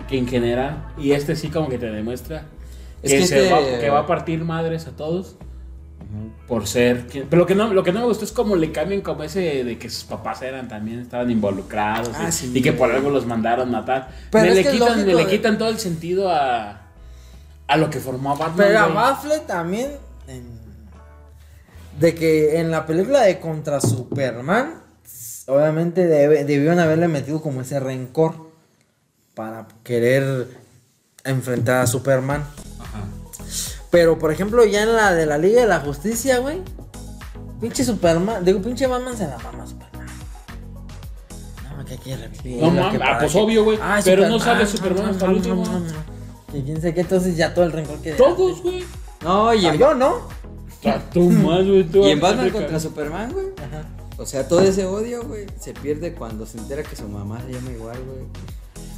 Speaker 3: que en general. Y este sí como que te demuestra
Speaker 1: Es
Speaker 3: que,
Speaker 1: que
Speaker 3: se
Speaker 1: este-
Speaker 3: va, que va a partir madres a todos. Por ser. que- Pero lo que, no, lo que no me gustó es como le cambian como ese de que sus papás eran también, estaban involucrados.
Speaker 1: Ah,
Speaker 3: y,
Speaker 1: sí.
Speaker 3: y que por algo los mandaron matar.
Speaker 2: Pero
Speaker 3: me
Speaker 2: es
Speaker 3: le,
Speaker 2: que es
Speaker 3: quitan, me
Speaker 2: lógico,
Speaker 3: le
Speaker 2: güey.
Speaker 3: quitan todo el sentido a, a lo que formó a Batman.
Speaker 2: Pero a
Speaker 3: güey.
Speaker 2: Bafflet también. en- De que en la película de Contra Superman. Obviamente debe- debieron haberle metido como ese rencor. Para querer enfrentar a Superman.
Speaker 3: Ajá.
Speaker 2: Pero por ejemplo, ya en la de la Liga de la Justicia, güey. Pinche Superman. Digo, pinche Batman se la mama a Superman. No, que aquí repetir.
Speaker 3: No mames, ah, pues obvio, güey, pero no sale Superman hasta el último.
Speaker 2: Y quién sabe qué, entonces ya todo el rencor que.
Speaker 3: Todos, güey.
Speaker 1: No, y
Speaker 2: Ah,
Speaker 1: en,
Speaker 2: yo no.
Speaker 3: Ah, tú más, güey, tú
Speaker 1: y en
Speaker 3: más
Speaker 1: Batman
Speaker 3: cerca.
Speaker 1: contra Superman, güey. O sea, todo ese odio, güey, se pierde cuando se entera que su mamá se llama igual, güey.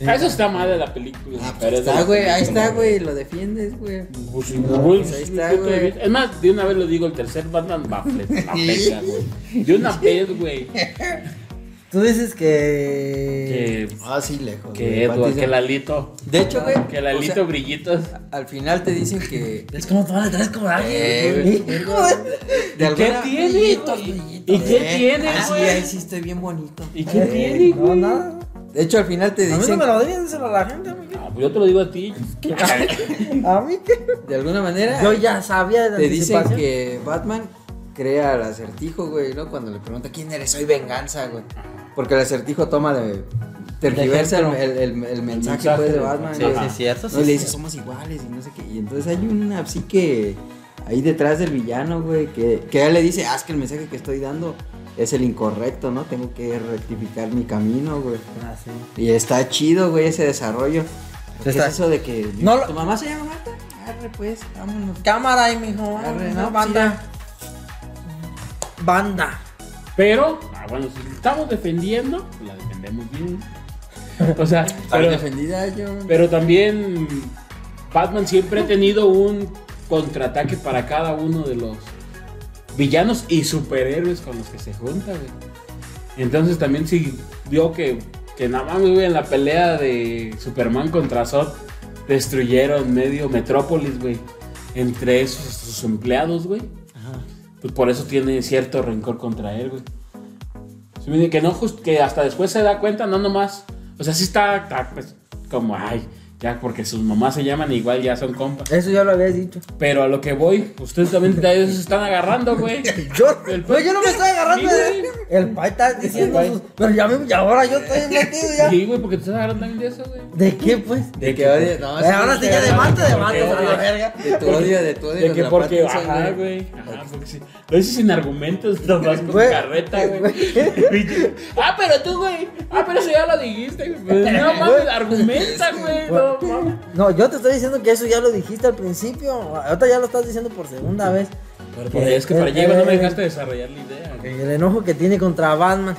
Speaker 3: Ah, Eso está mal de la película.
Speaker 1: Ah, pues
Speaker 3: pero es de
Speaker 1: está,
Speaker 3: la
Speaker 1: güey, ahí
Speaker 3: película,
Speaker 1: está, güey, lo defiendes, güey.
Speaker 3: Pues, sí, güey,
Speaker 1: pues,
Speaker 3: sí,
Speaker 1: ahí
Speaker 3: sí,
Speaker 1: está,
Speaker 3: punto de
Speaker 1: güey.
Speaker 3: vista. Es más, de una vez lo digo, el tercer Batman Bafflet. La pega, güey. De una vez, güey.
Speaker 2: Tú dices que.
Speaker 3: Que
Speaker 1: Ah, sí, lejos.
Speaker 3: Que
Speaker 1: güey.
Speaker 3: Edward,
Speaker 1: Pattinson.
Speaker 3: que Lalito.
Speaker 1: De hecho, güey.
Speaker 3: Que
Speaker 1: o
Speaker 3: Lalito
Speaker 1: sea,
Speaker 3: Brillitos.
Speaker 1: al final te dicen que.
Speaker 2: Es como todas las tres coraje.
Speaker 1: Eh,
Speaker 2: güey.
Speaker 1: güey.
Speaker 2: Hijo de-
Speaker 1: de
Speaker 3: ¿Y qué
Speaker 1: alguna-
Speaker 3: tiene? güey? ¿Y qué
Speaker 1: Eh,
Speaker 3: tiene,
Speaker 1: ah, sí, ahí
Speaker 3: güey?
Speaker 1: sí estoy bien bonito.
Speaker 3: ¿Y qué tiene,
Speaker 2: Eh, No,
Speaker 3: güey?
Speaker 2: nada.
Speaker 1: De hecho, al final te
Speaker 2: A mí no
Speaker 1: dicen.
Speaker 2: me lo digan, díselo a la gente, amigo.
Speaker 3: Ah, pues yo te lo digo a ti.
Speaker 2: A mí que.
Speaker 1: De alguna manera.
Speaker 2: Yo ya sabía de
Speaker 1: Te dicen
Speaker 2: anticipación.
Speaker 1: que Batman crea al acertijo, güey, ¿no? Cuando le pregunta quién eres, soy venganza, güey. Porque el acertijo toma de. Tergiversa el,
Speaker 2: ejemplo.
Speaker 1: el, el- el mensaje,
Speaker 3: mensaje,
Speaker 1: pues, de
Speaker 3: güey.
Speaker 1: Batman.
Speaker 3: Sí,
Speaker 1: güey.
Speaker 3: sí,
Speaker 1: Ajá.
Speaker 2: cierto, sí,
Speaker 1: No, y le
Speaker 2: sí.
Speaker 1: dice, somos iguales y no sé qué. Y entonces hay una psique ahí detrás del villano, güey, que, que él le dice, haz que el mensaje que estoy dando es el incorrecto, ¿no? Tengo que rectificar mi camino, güey.
Speaker 2: Ah, sí.
Speaker 1: Y está chido, güey, ese desarrollo. ¿Qué
Speaker 2: Está-
Speaker 1: es eso de que
Speaker 2: No lo-
Speaker 1: tu mamá se llama Marta? Arre, pues, vámonos.
Speaker 2: Cámara ahí, mijo.
Speaker 1: Arre,
Speaker 2: no,
Speaker 1: no,
Speaker 2: banda. Banda.
Speaker 3: Pero, ah, bueno, si estamos defendiendo, pues la defendemos bien. O sea,
Speaker 1: Está bien
Speaker 3: pero,
Speaker 1: defendida, yo.
Speaker 3: pero también Batman siempre ha tenido un contraataque para cada uno de los villanos y superhéroes con los que se junta, güey. Entonces también si vio que, que nada más güey, en la pelea de Superman contra Zod destruyeron medio Metrópolis, güey. Entre esos sus empleados, güey. Pues por eso tiene cierto rencor contra él, güey. Sí, me dice que no, just- que hasta después se da cuenta, no nomás. O sea, sí está, está, pues, como, ay, ya porque sus mamás se llaman igual ya son compas.
Speaker 2: Eso ya lo habías dicho.
Speaker 3: Pero a lo que voy, ustedes también de ellos se están agarrando, güey.
Speaker 2: Yo,
Speaker 3: El
Speaker 2: no, yo no me estoy agarrando
Speaker 3: Sí,
Speaker 2: de
Speaker 3: güey.
Speaker 2: El pai está diciendo
Speaker 3: El pai.
Speaker 2: sus- Pero ya, me- ya ahora yo estoy metido ya.
Speaker 3: Sí, güey, porque te estás agarrando también de eso, güey.
Speaker 2: ¿De qué, pues?
Speaker 1: De que odio. No,
Speaker 2: Eh, ahora sí ya de manta, de manta,
Speaker 3: porque-
Speaker 2: a la verga.
Speaker 1: De tu odio, de tu odio.
Speaker 3: De que
Speaker 1: contra
Speaker 3: porque,
Speaker 1: Pattinson,
Speaker 3: ajá, güey. Ajá, porque sí. Lo dices sin argumentos, nomás con
Speaker 2: Güey,
Speaker 3: carreta, güey.
Speaker 2: güey.
Speaker 3: Pinche- ah, pero tú, güey. Ah, pero eso ya lo dijiste, güey. Pues, no mames,
Speaker 2: Güey.
Speaker 3: argumenta, güey. No mames.
Speaker 2: No, yo te estoy diciendo que eso ya lo dijiste al principio. Ahorita ya lo estás diciendo por segunda vez.
Speaker 3: Pero por ahí es que para allá iba, no me dejaste desarrollar la idea, güey.
Speaker 2: El enojo que tiene contra Batman.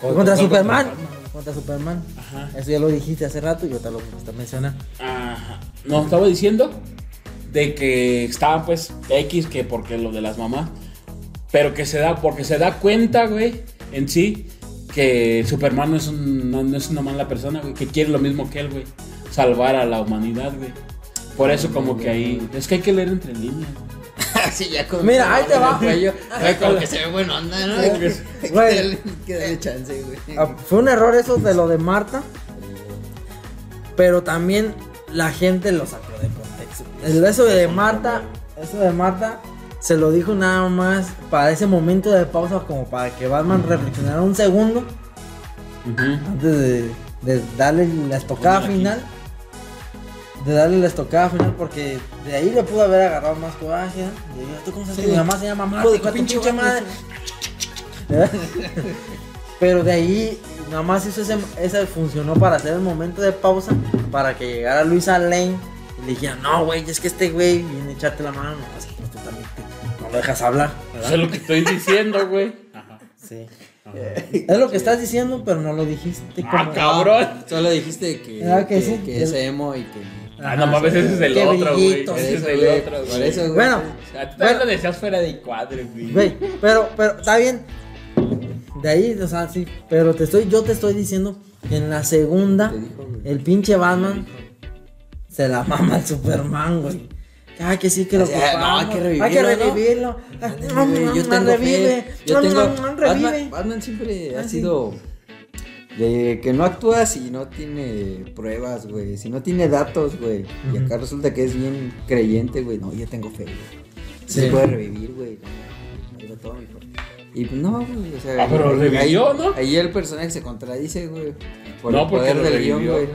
Speaker 3: Contra-
Speaker 2: Contra,
Speaker 3: no,
Speaker 2: Superman.
Speaker 3: contra
Speaker 2: Contra,
Speaker 3: Batman.
Speaker 2: Superman.
Speaker 3: Ajá.
Speaker 2: Eso ya lo dijiste hace rato y yo te lo pues, te mencioné.
Speaker 3: Ajá. No, estaba diciendo de que estaban pues X que porque lo de las mamás. Pero que se da, porque se da cuenta, güey, en sí, que Superman no es, un, no, no es una mala persona, güey, que quiere lo mismo que él, güey. Salvar a la humanidad, güey. Por eso como que ahí... Es que hay que leer entre líneas. güey.
Speaker 1: Sí, ya con
Speaker 2: Mira, ahí te va.
Speaker 1: Güey, como que se ve buena onda, ¿no?
Speaker 3: Sí,
Speaker 1: Que-
Speaker 3: sí.
Speaker 1: que
Speaker 2: Güey.
Speaker 1: dale- Que dale chance, güey.
Speaker 2: Ah, Fue un error eso de lo de Marta. Pero también la gente lo sacó de contexto. El- Eso de Marta, eso de Marta se lo dijo nada más para ese momento de pausa, como para que Batman reflexionara un segundo antes de, de darle la estocada
Speaker 3: Póngala aquí.
Speaker 2: final. De darle la estocada final, porque de ahí le pudo haber agarrado más coraje. ¿no? De, ¿Tú cómo sabes
Speaker 1: Sí.
Speaker 2: que mi mamá se llama Marta?
Speaker 1: Hijo de
Speaker 2: hijo de tu
Speaker 1: pinche
Speaker 2: pinche
Speaker 1: madre".
Speaker 2: madre? ¿Verdad? Pero de ahí, nada más hizo ese, ese funcionó para hacer el momento de pausa, para que llegara Luisa Lane y le dijera, no, güey, es que este güey viene a echarte la mano, no, es que tú también te- no lo dejas hablar,
Speaker 3: Eso es
Speaker 2: ¿verdad?
Speaker 3: lo que estoy diciendo, güey. Ajá.
Speaker 2: Sí. Es lo que estás diciendo, pero no lo dijiste
Speaker 3: Ah,
Speaker 2: como...
Speaker 3: cabrón.
Speaker 1: Solo dijiste que,
Speaker 2: Ah, que sí.
Speaker 1: es emo y que.
Speaker 3: Ah, no mames, ese es el
Speaker 2: Qué
Speaker 3: otro, güey.
Speaker 2: brillitos,
Speaker 3: Ese es
Speaker 1: Por
Speaker 3: el
Speaker 1: güey,
Speaker 3: otro,
Speaker 1: Por
Speaker 3: güey.
Speaker 1: eso, güey.
Speaker 2: Bueno,
Speaker 3: A ti Ah, también
Speaker 2: Bueno.
Speaker 3: lo decías fuera de cuadro, güey.
Speaker 2: Güey, pero, pero, está bien. De ahí, o sea, sí. Pero te estoy, yo te estoy diciendo que en la segunda,
Speaker 1: Te dijo, güey.
Speaker 2: el pinche Batman se la mama al Superman, güey. Ah, que sí, que lo
Speaker 1: O sea, no, hay
Speaker 2: ocupamos,
Speaker 1: que revivirlo,
Speaker 2: Hay que
Speaker 1: ¿no?
Speaker 2: revivirlo. Ah, no,
Speaker 1: Ándale,
Speaker 2: no,
Speaker 1: güey, Yo
Speaker 2: no,
Speaker 1: tengo
Speaker 2: revive.
Speaker 1: fe. Yo
Speaker 2: No,
Speaker 1: tengo.
Speaker 2: no, no, revive.
Speaker 1: Batman, Batman siempre
Speaker 2: Ah,
Speaker 1: ha
Speaker 2: sí.
Speaker 1: sido. De que no actúa si no tiene pruebas, güey. Si no tiene datos, güey. Y acá resulta que es bien creyente, güey. No, yo tengo fe, güey. Sí.
Speaker 2: Sí.
Speaker 1: Se puede revivir, güey. No, ahí va todo mi fe. Y pues, no, güey. O sea,
Speaker 3: Ah, pero
Speaker 1: ahí-
Speaker 3: revivió, ¿no?
Speaker 1: Ahí el personaje se contradice, güey. Por
Speaker 3: no,
Speaker 1: el
Speaker 3: porque
Speaker 1: poder
Speaker 3: lo
Speaker 1: del
Speaker 3: revivió,
Speaker 1: guión, güey.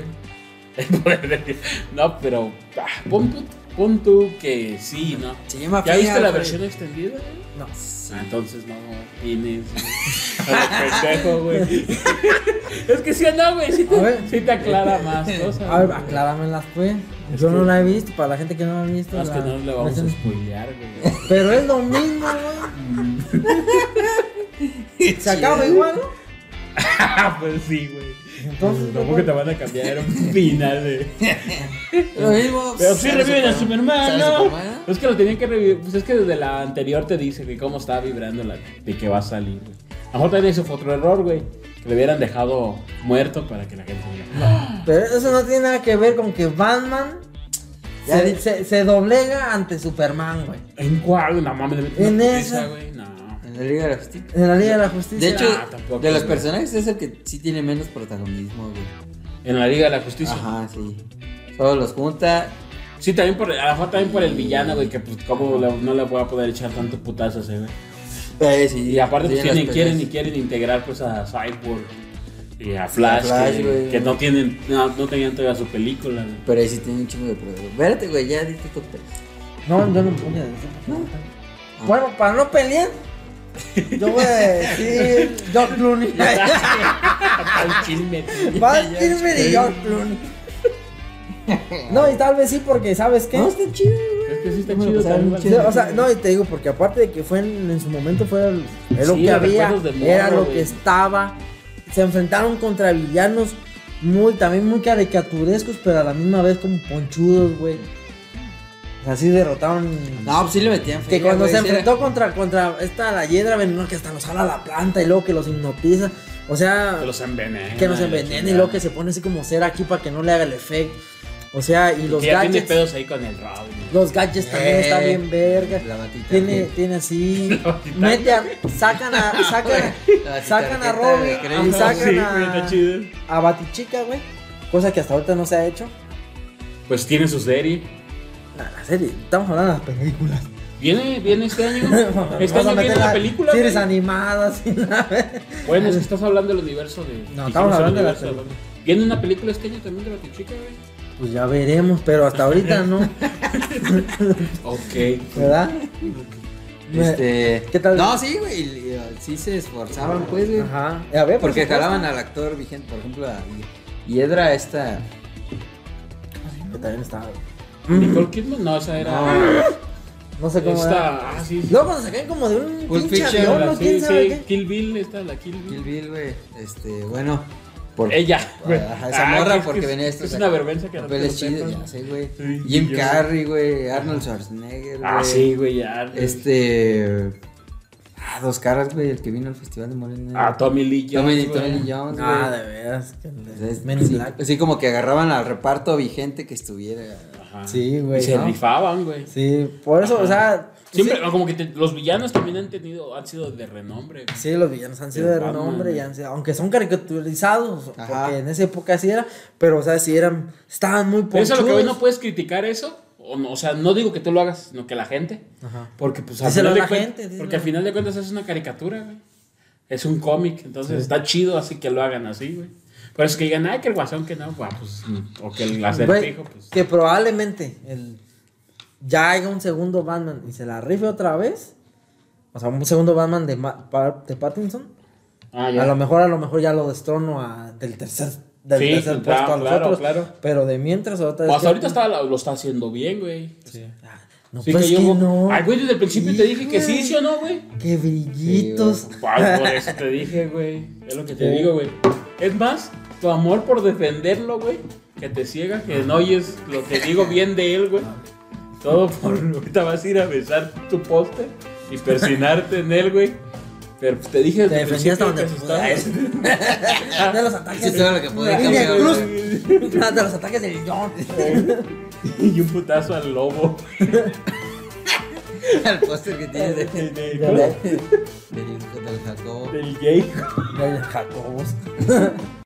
Speaker 3: El poder del guión. No, pero ah, pon, tú, pon tú que sí, ¿no?
Speaker 1: Se llama
Speaker 3: ¿Ya
Speaker 1: fe,
Speaker 3: viste la
Speaker 1: Alfred.
Speaker 3: versión extendida? güey?
Speaker 2: No.
Speaker 3: Ah, entonces no tienes. A lo pendejo, güey. es que sí o no, güey. Sí
Speaker 2: A
Speaker 3: te,
Speaker 2: ver.
Speaker 3: sí te aclara más cosas.
Speaker 2: A ver,
Speaker 3: güey.
Speaker 2: acláramelas, pues.
Speaker 3: Es
Speaker 2: Yo
Speaker 3: que-
Speaker 2: no la he visto, para la gente que no la ha visto.
Speaker 3: Más que
Speaker 2: la-
Speaker 3: no le vamos a
Speaker 2: la-
Speaker 3: spoilear, güey.
Speaker 2: Pero es lo mismo, güey. Se acaba igual, ¿no?
Speaker 3: Ah, pues sí, güey.
Speaker 2: Entonces,
Speaker 3: tampoco te van a cambiar un final, güey.
Speaker 1: Lo mismo.
Speaker 3: Pero sí
Speaker 1: sale
Speaker 3: reviven a Superman,
Speaker 1: sale
Speaker 3: ¿no?
Speaker 1: Superman.
Speaker 3: Es que lo tenían que revivir. Pues es que desde la anterior te dice, güey, cómo está vibrando la de que va a salir, güey. A lo mejor también eso fue otro error, güey. Lo hubieran dejado muerto para que la gente diga.
Speaker 2: Pero eso no tiene nada que ver con que Batman
Speaker 1: Ya
Speaker 2: se,
Speaker 1: di-
Speaker 2: se- se doblega ante Superman, güey.
Speaker 3: ¿En cuál? No mames, le metí
Speaker 2: En
Speaker 3: una putiza,
Speaker 2: esa.
Speaker 3: güey. No.
Speaker 1: En la Liga de la Justicia.
Speaker 2: En la Liga de la Justicia.
Speaker 1: De hecho,
Speaker 3: Ah, tampoco,
Speaker 1: de los
Speaker 3: güey.
Speaker 1: personajes es el que sí tiene menos protagonismo, güey.
Speaker 3: En la Liga de la Justicia.
Speaker 1: Ajá, sí. Solo los junta.
Speaker 3: Sí, también por, a lo mejor también por el villano, güey, que pues cómo le- no le voy a poder echar tanto putazo a ese, güey.
Speaker 1: Eh, sí,
Speaker 3: Y aparte, pues
Speaker 1: sí, en
Speaker 3: quieren,
Speaker 1: las
Speaker 3: quieren y
Speaker 1: peleas.
Speaker 3: quieren integrar pues a Cyborg y a Flash,
Speaker 1: Flash,
Speaker 3: que,
Speaker 1: güey.
Speaker 3: que no tienen, no, no tenían todavía su película, güey.
Speaker 1: Pero ahí sí tiene un chingo de problemas. Vérate, güey, ya diste tu tres.
Speaker 2: No, yo no voy a decir. Bueno, para no pelear, yo voy a decir George Clooney.
Speaker 3: Al chisme, tío.
Speaker 2: Val Kilmer y George Clooney. No, y tal vez sí, porque ¿sabes qué?
Speaker 1: No, está chido, güey.
Speaker 3: Es que sí está
Speaker 1: Bueno,
Speaker 3: chido
Speaker 1: pues,
Speaker 3: también,
Speaker 1: algo
Speaker 3: güey.
Speaker 2: Sí, o sea, no, y te digo, porque aparte de que fue en, en su momento fue el- era lo
Speaker 3: Sí,
Speaker 2: que
Speaker 3: los
Speaker 2: había,
Speaker 3: recuerdos de morro,
Speaker 2: era lo
Speaker 3: güey.
Speaker 2: que estaba. Se enfrentaron contra villanos muy, también muy caricaturescos, pero a la misma vez como ponchudos, güey. Así derrotaron.
Speaker 1: No, pues sí le metían
Speaker 2: que
Speaker 1: feria,
Speaker 2: cuando
Speaker 1: güey,
Speaker 2: se
Speaker 1: sí era-
Speaker 2: enfrentó contra, contra esta la hiedra veneno que hasta nos jala la planta y luego que los hipnotiza. O sea,
Speaker 3: Que los envenena.
Speaker 2: que nos envenena y luego que se pone así como cera aquí para que no le haga el efecto. O sea, y los
Speaker 3: Que ya tiene
Speaker 2: gadgets.
Speaker 3: pedos ahí con el Raúl. güey.
Speaker 2: Los gadgets también
Speaker 1: Eh,
Speaker 2: está bien verga.
Speaker 1: la batita.
Speaker 2: Tiene, tiene así.
Speaker 3: La batita.
Speaker 2: Mete a, sacan a, sacan,
Speaker 1: La batita
Speaker 2: sacan a
Speaker 1: de
Speaker 2: Robin
Speaker 1: crédito.
Speaker 2: y
Speaker 1: Ah,
Speaker 2: sacan
Speaker 3: sí, güey, está chido.
Speaker 2: a, a Batichica, güey. Cosa que hasta ahorita no se ha hecho.
Speaker 3: Pues tiene su serie.
Speaker 2: La, la serie, estamos hablando de las películas.
Speaker 3: Viene, viene este año. Este
Speaker 2: Vamos a
Speaker 3: año viene
Speaker 2: meter
Speaker 3: la
Speaker 2: la-
Speaker 3: película.
Speaker 2: Series
Speaker 3: güey.
Speaker 2: animadas y nada.
Speaker 3: Bueno, es que estás hablando del universo de.
Speaker 2: No,
Speaker 3: dijimos
Speaker 2: estamos hablando
Speaker 3: del
Speaker 2: de la
Speaker 3: universo
Speaker 2: película.
Speaker 3: Batman. Viene una película este año también de Batichica, güey.
Speaker 2: Pues ya veremos, pero hasta ahorita no,
Speaker 3: Ok.
Speaker 2: ¿verdad? Me-
Speaker 1: Este,
Speaker 2: ¿Qué tal?
Speaker 1: No, sí, güey. y- y- Sí se esforzaban, pues, güey.
Speaker 2: Ajá. A ver, por
Speaker 1: Porque
Speaker 2: supuesto.
Speaker 1: jalaban al actor vigente, por ejemplo, a Hiedra, esta.
Speaker 2: Que también estaba.
Speaker 3: Mm. Nicole Kidman, no, esa era.
Speaker 2: No sé Ah, cómo. era.
Speaker 3: esta. Ah, sí. sí.
Speaker 2: Luego cuando sacan como de un
Speaker 1: Pulp
Speaker 2: pinche
Speaker 1: Fiction,
Speaker 2: avión, ¿no?
Speaker 3: sí,
Speaker 2: ¿Quién
Speaker 3: sí,
Speaker 2: sabe qué?
Speaker 3: Kill Bill, esta, la Kill
Speaker 1: Kill
Speaker 3: Bill.
Speaker 1: Bill, güey. Este, bueno. Por,
Speaker 3: Ella. güey.
Speaker 1: Ajá, esa
Speaker 3: Eh, Ah,
Speaker 1: morra,
Speaker 3: que es-
Speaker 1: porque
Speaker 3: que es-
Speaker 1: venía esto.
Speaker 3: Es una vergüenza que no te
Speaker 1: Papeles
Speaker 3: lo sepas.
Speaker 1: chidos, ya sé, güey.
Speaker 3: Sí,
Speaker 1: Jim
Speaker 3: yo-
Speaker 1: Carrey, güey. Arnold Schwarzenegger, güey.
Speaker 3: Ah, sí, güey, ya. güey.
Speaker 1: Este. Ah, dos caras, güey. El que vino al Festival de Morena.
Speaker 3: Ah, Tommy Lee Jones.
Speaker 1: Tommy,
Speaker 3: güey.
Speaker 1: Tommy Jones, güey.
Speaker 2: Ah, de veras. que-
Speaker 1: Entonces,
Speaker 2: Men in
Speaker 1: sí,
Speaker 2: Black.
Speaker 1: sí, como que agarraban al reparto vigente que estuviera.
Speaker 3: Ajá.
Speaker 2: Sí, güey,
Speaker 3: Y se
Speaker 2: ¿no?
Speaker 3: rifaban, güey.
Speaker 2: Sí, por eso, o sea.
Speaker 3: Siempre,
Speaker 2: sí-
Speaker 3: como que te- los villanos también han tenido, han sido de renombre. güey.
Speaker 2: Sí, los villanos han sido de
Speaker 3: Batman,
Speaker 2: renombre
Speaker 3: güey.
Speaker 2: y han sido- aunque son caricaturizados,
Speaker 1: Ajá.
Speaker 2: porque en esa época así era, pero o sea, sí eran, estaban muy
Speaker 3: Pero eso es lo que hoy no
Speaker 2: ponchudos.
Speaker 3: puedes criticar eso. O, no, o sea, no digo que tú lo hagas, sino que la gente.
Speaker 2: Ajá.
Speaker 3: Porque pues
Speaker 2: Díselo a
Speaker 3: de
Speaker 2: la
Speaker 3: cuen-
Speaker 2: gente, díselo.
Speaker 3: Porque al final de cuentas es una caricatura, güey. Es un cómic, entonces está chido así que lo hagan así, güey. Pero es que digan, ay, que el guasón que no, guau, pues, o que el
Speaker 2: Güey,
Speaker 3: acertijo, pues.
Speaker 2: que probablemente el, ya haya un segundo Batman y se la rife otra vez, o sea, un segundo Batman de, Ma- Pa- de Pattinson,
Speaker 3: Ah,
Speaker 2: a lo
Speaker 3: ya.
Speaker 2: mejor, a lo mejor ya lo destrono a- del tercer, del
Speaker 3: Sí,
Speaker 2: tercer
Speaker 3: claro,
Speaker 2: puesto a los
Speaker 3: claro,
Speaker 2: otros,
Speaker 3: claro.
Speaker 2: pero de mientras otra
Speaker 3: O
Speaker 2: vez
Speaker 3: hasta
Speaker 2: Pues ya-
Speaker 3: ahorita está- lo está haciendo bien, güey.
Speaker 2: Ah, No,
Speaker 3: Sí
Speaker 2: pues
Speaker 3: que yo-
Speaker 2: que no.
Speaker 3: Ay, güey, desde el principio te dije que sí, sí o no, güey.
Speaker 2: Qué brillitos.
Speaker 3: Ay, por eso te dije, güey. Es lo que te digo, güey. Es más, tu amor por defenderlo, güey. Que te ciega, que no oyes lo que digo bien de él, güey. Todo por. Ahorita vas a ir a besar tu poste y persinarte en él, güey. Pero te dije
Speaker 2: Te
Speaker 3: el
Speaker 2: defendí hasta donde
Speaker 3: principio que se
Speaker 2: pude. De los ataques.
Speaker 1: Sí, todo lo que pude,
Speaker 2: de la línea
Speaker 1: campeón.
Speaker 2: de cruz. De los ataques del guión.
Speaker 3: estaba- Y un putazo al lobo.
Speaker 1: Al póster que tiene de,
Speaker 3: De- de-
Speaker 2: De-
Speaker 1: de- del Jacobo.
Speaker 3: Del Jake.
Speaker 2: De Jacobos.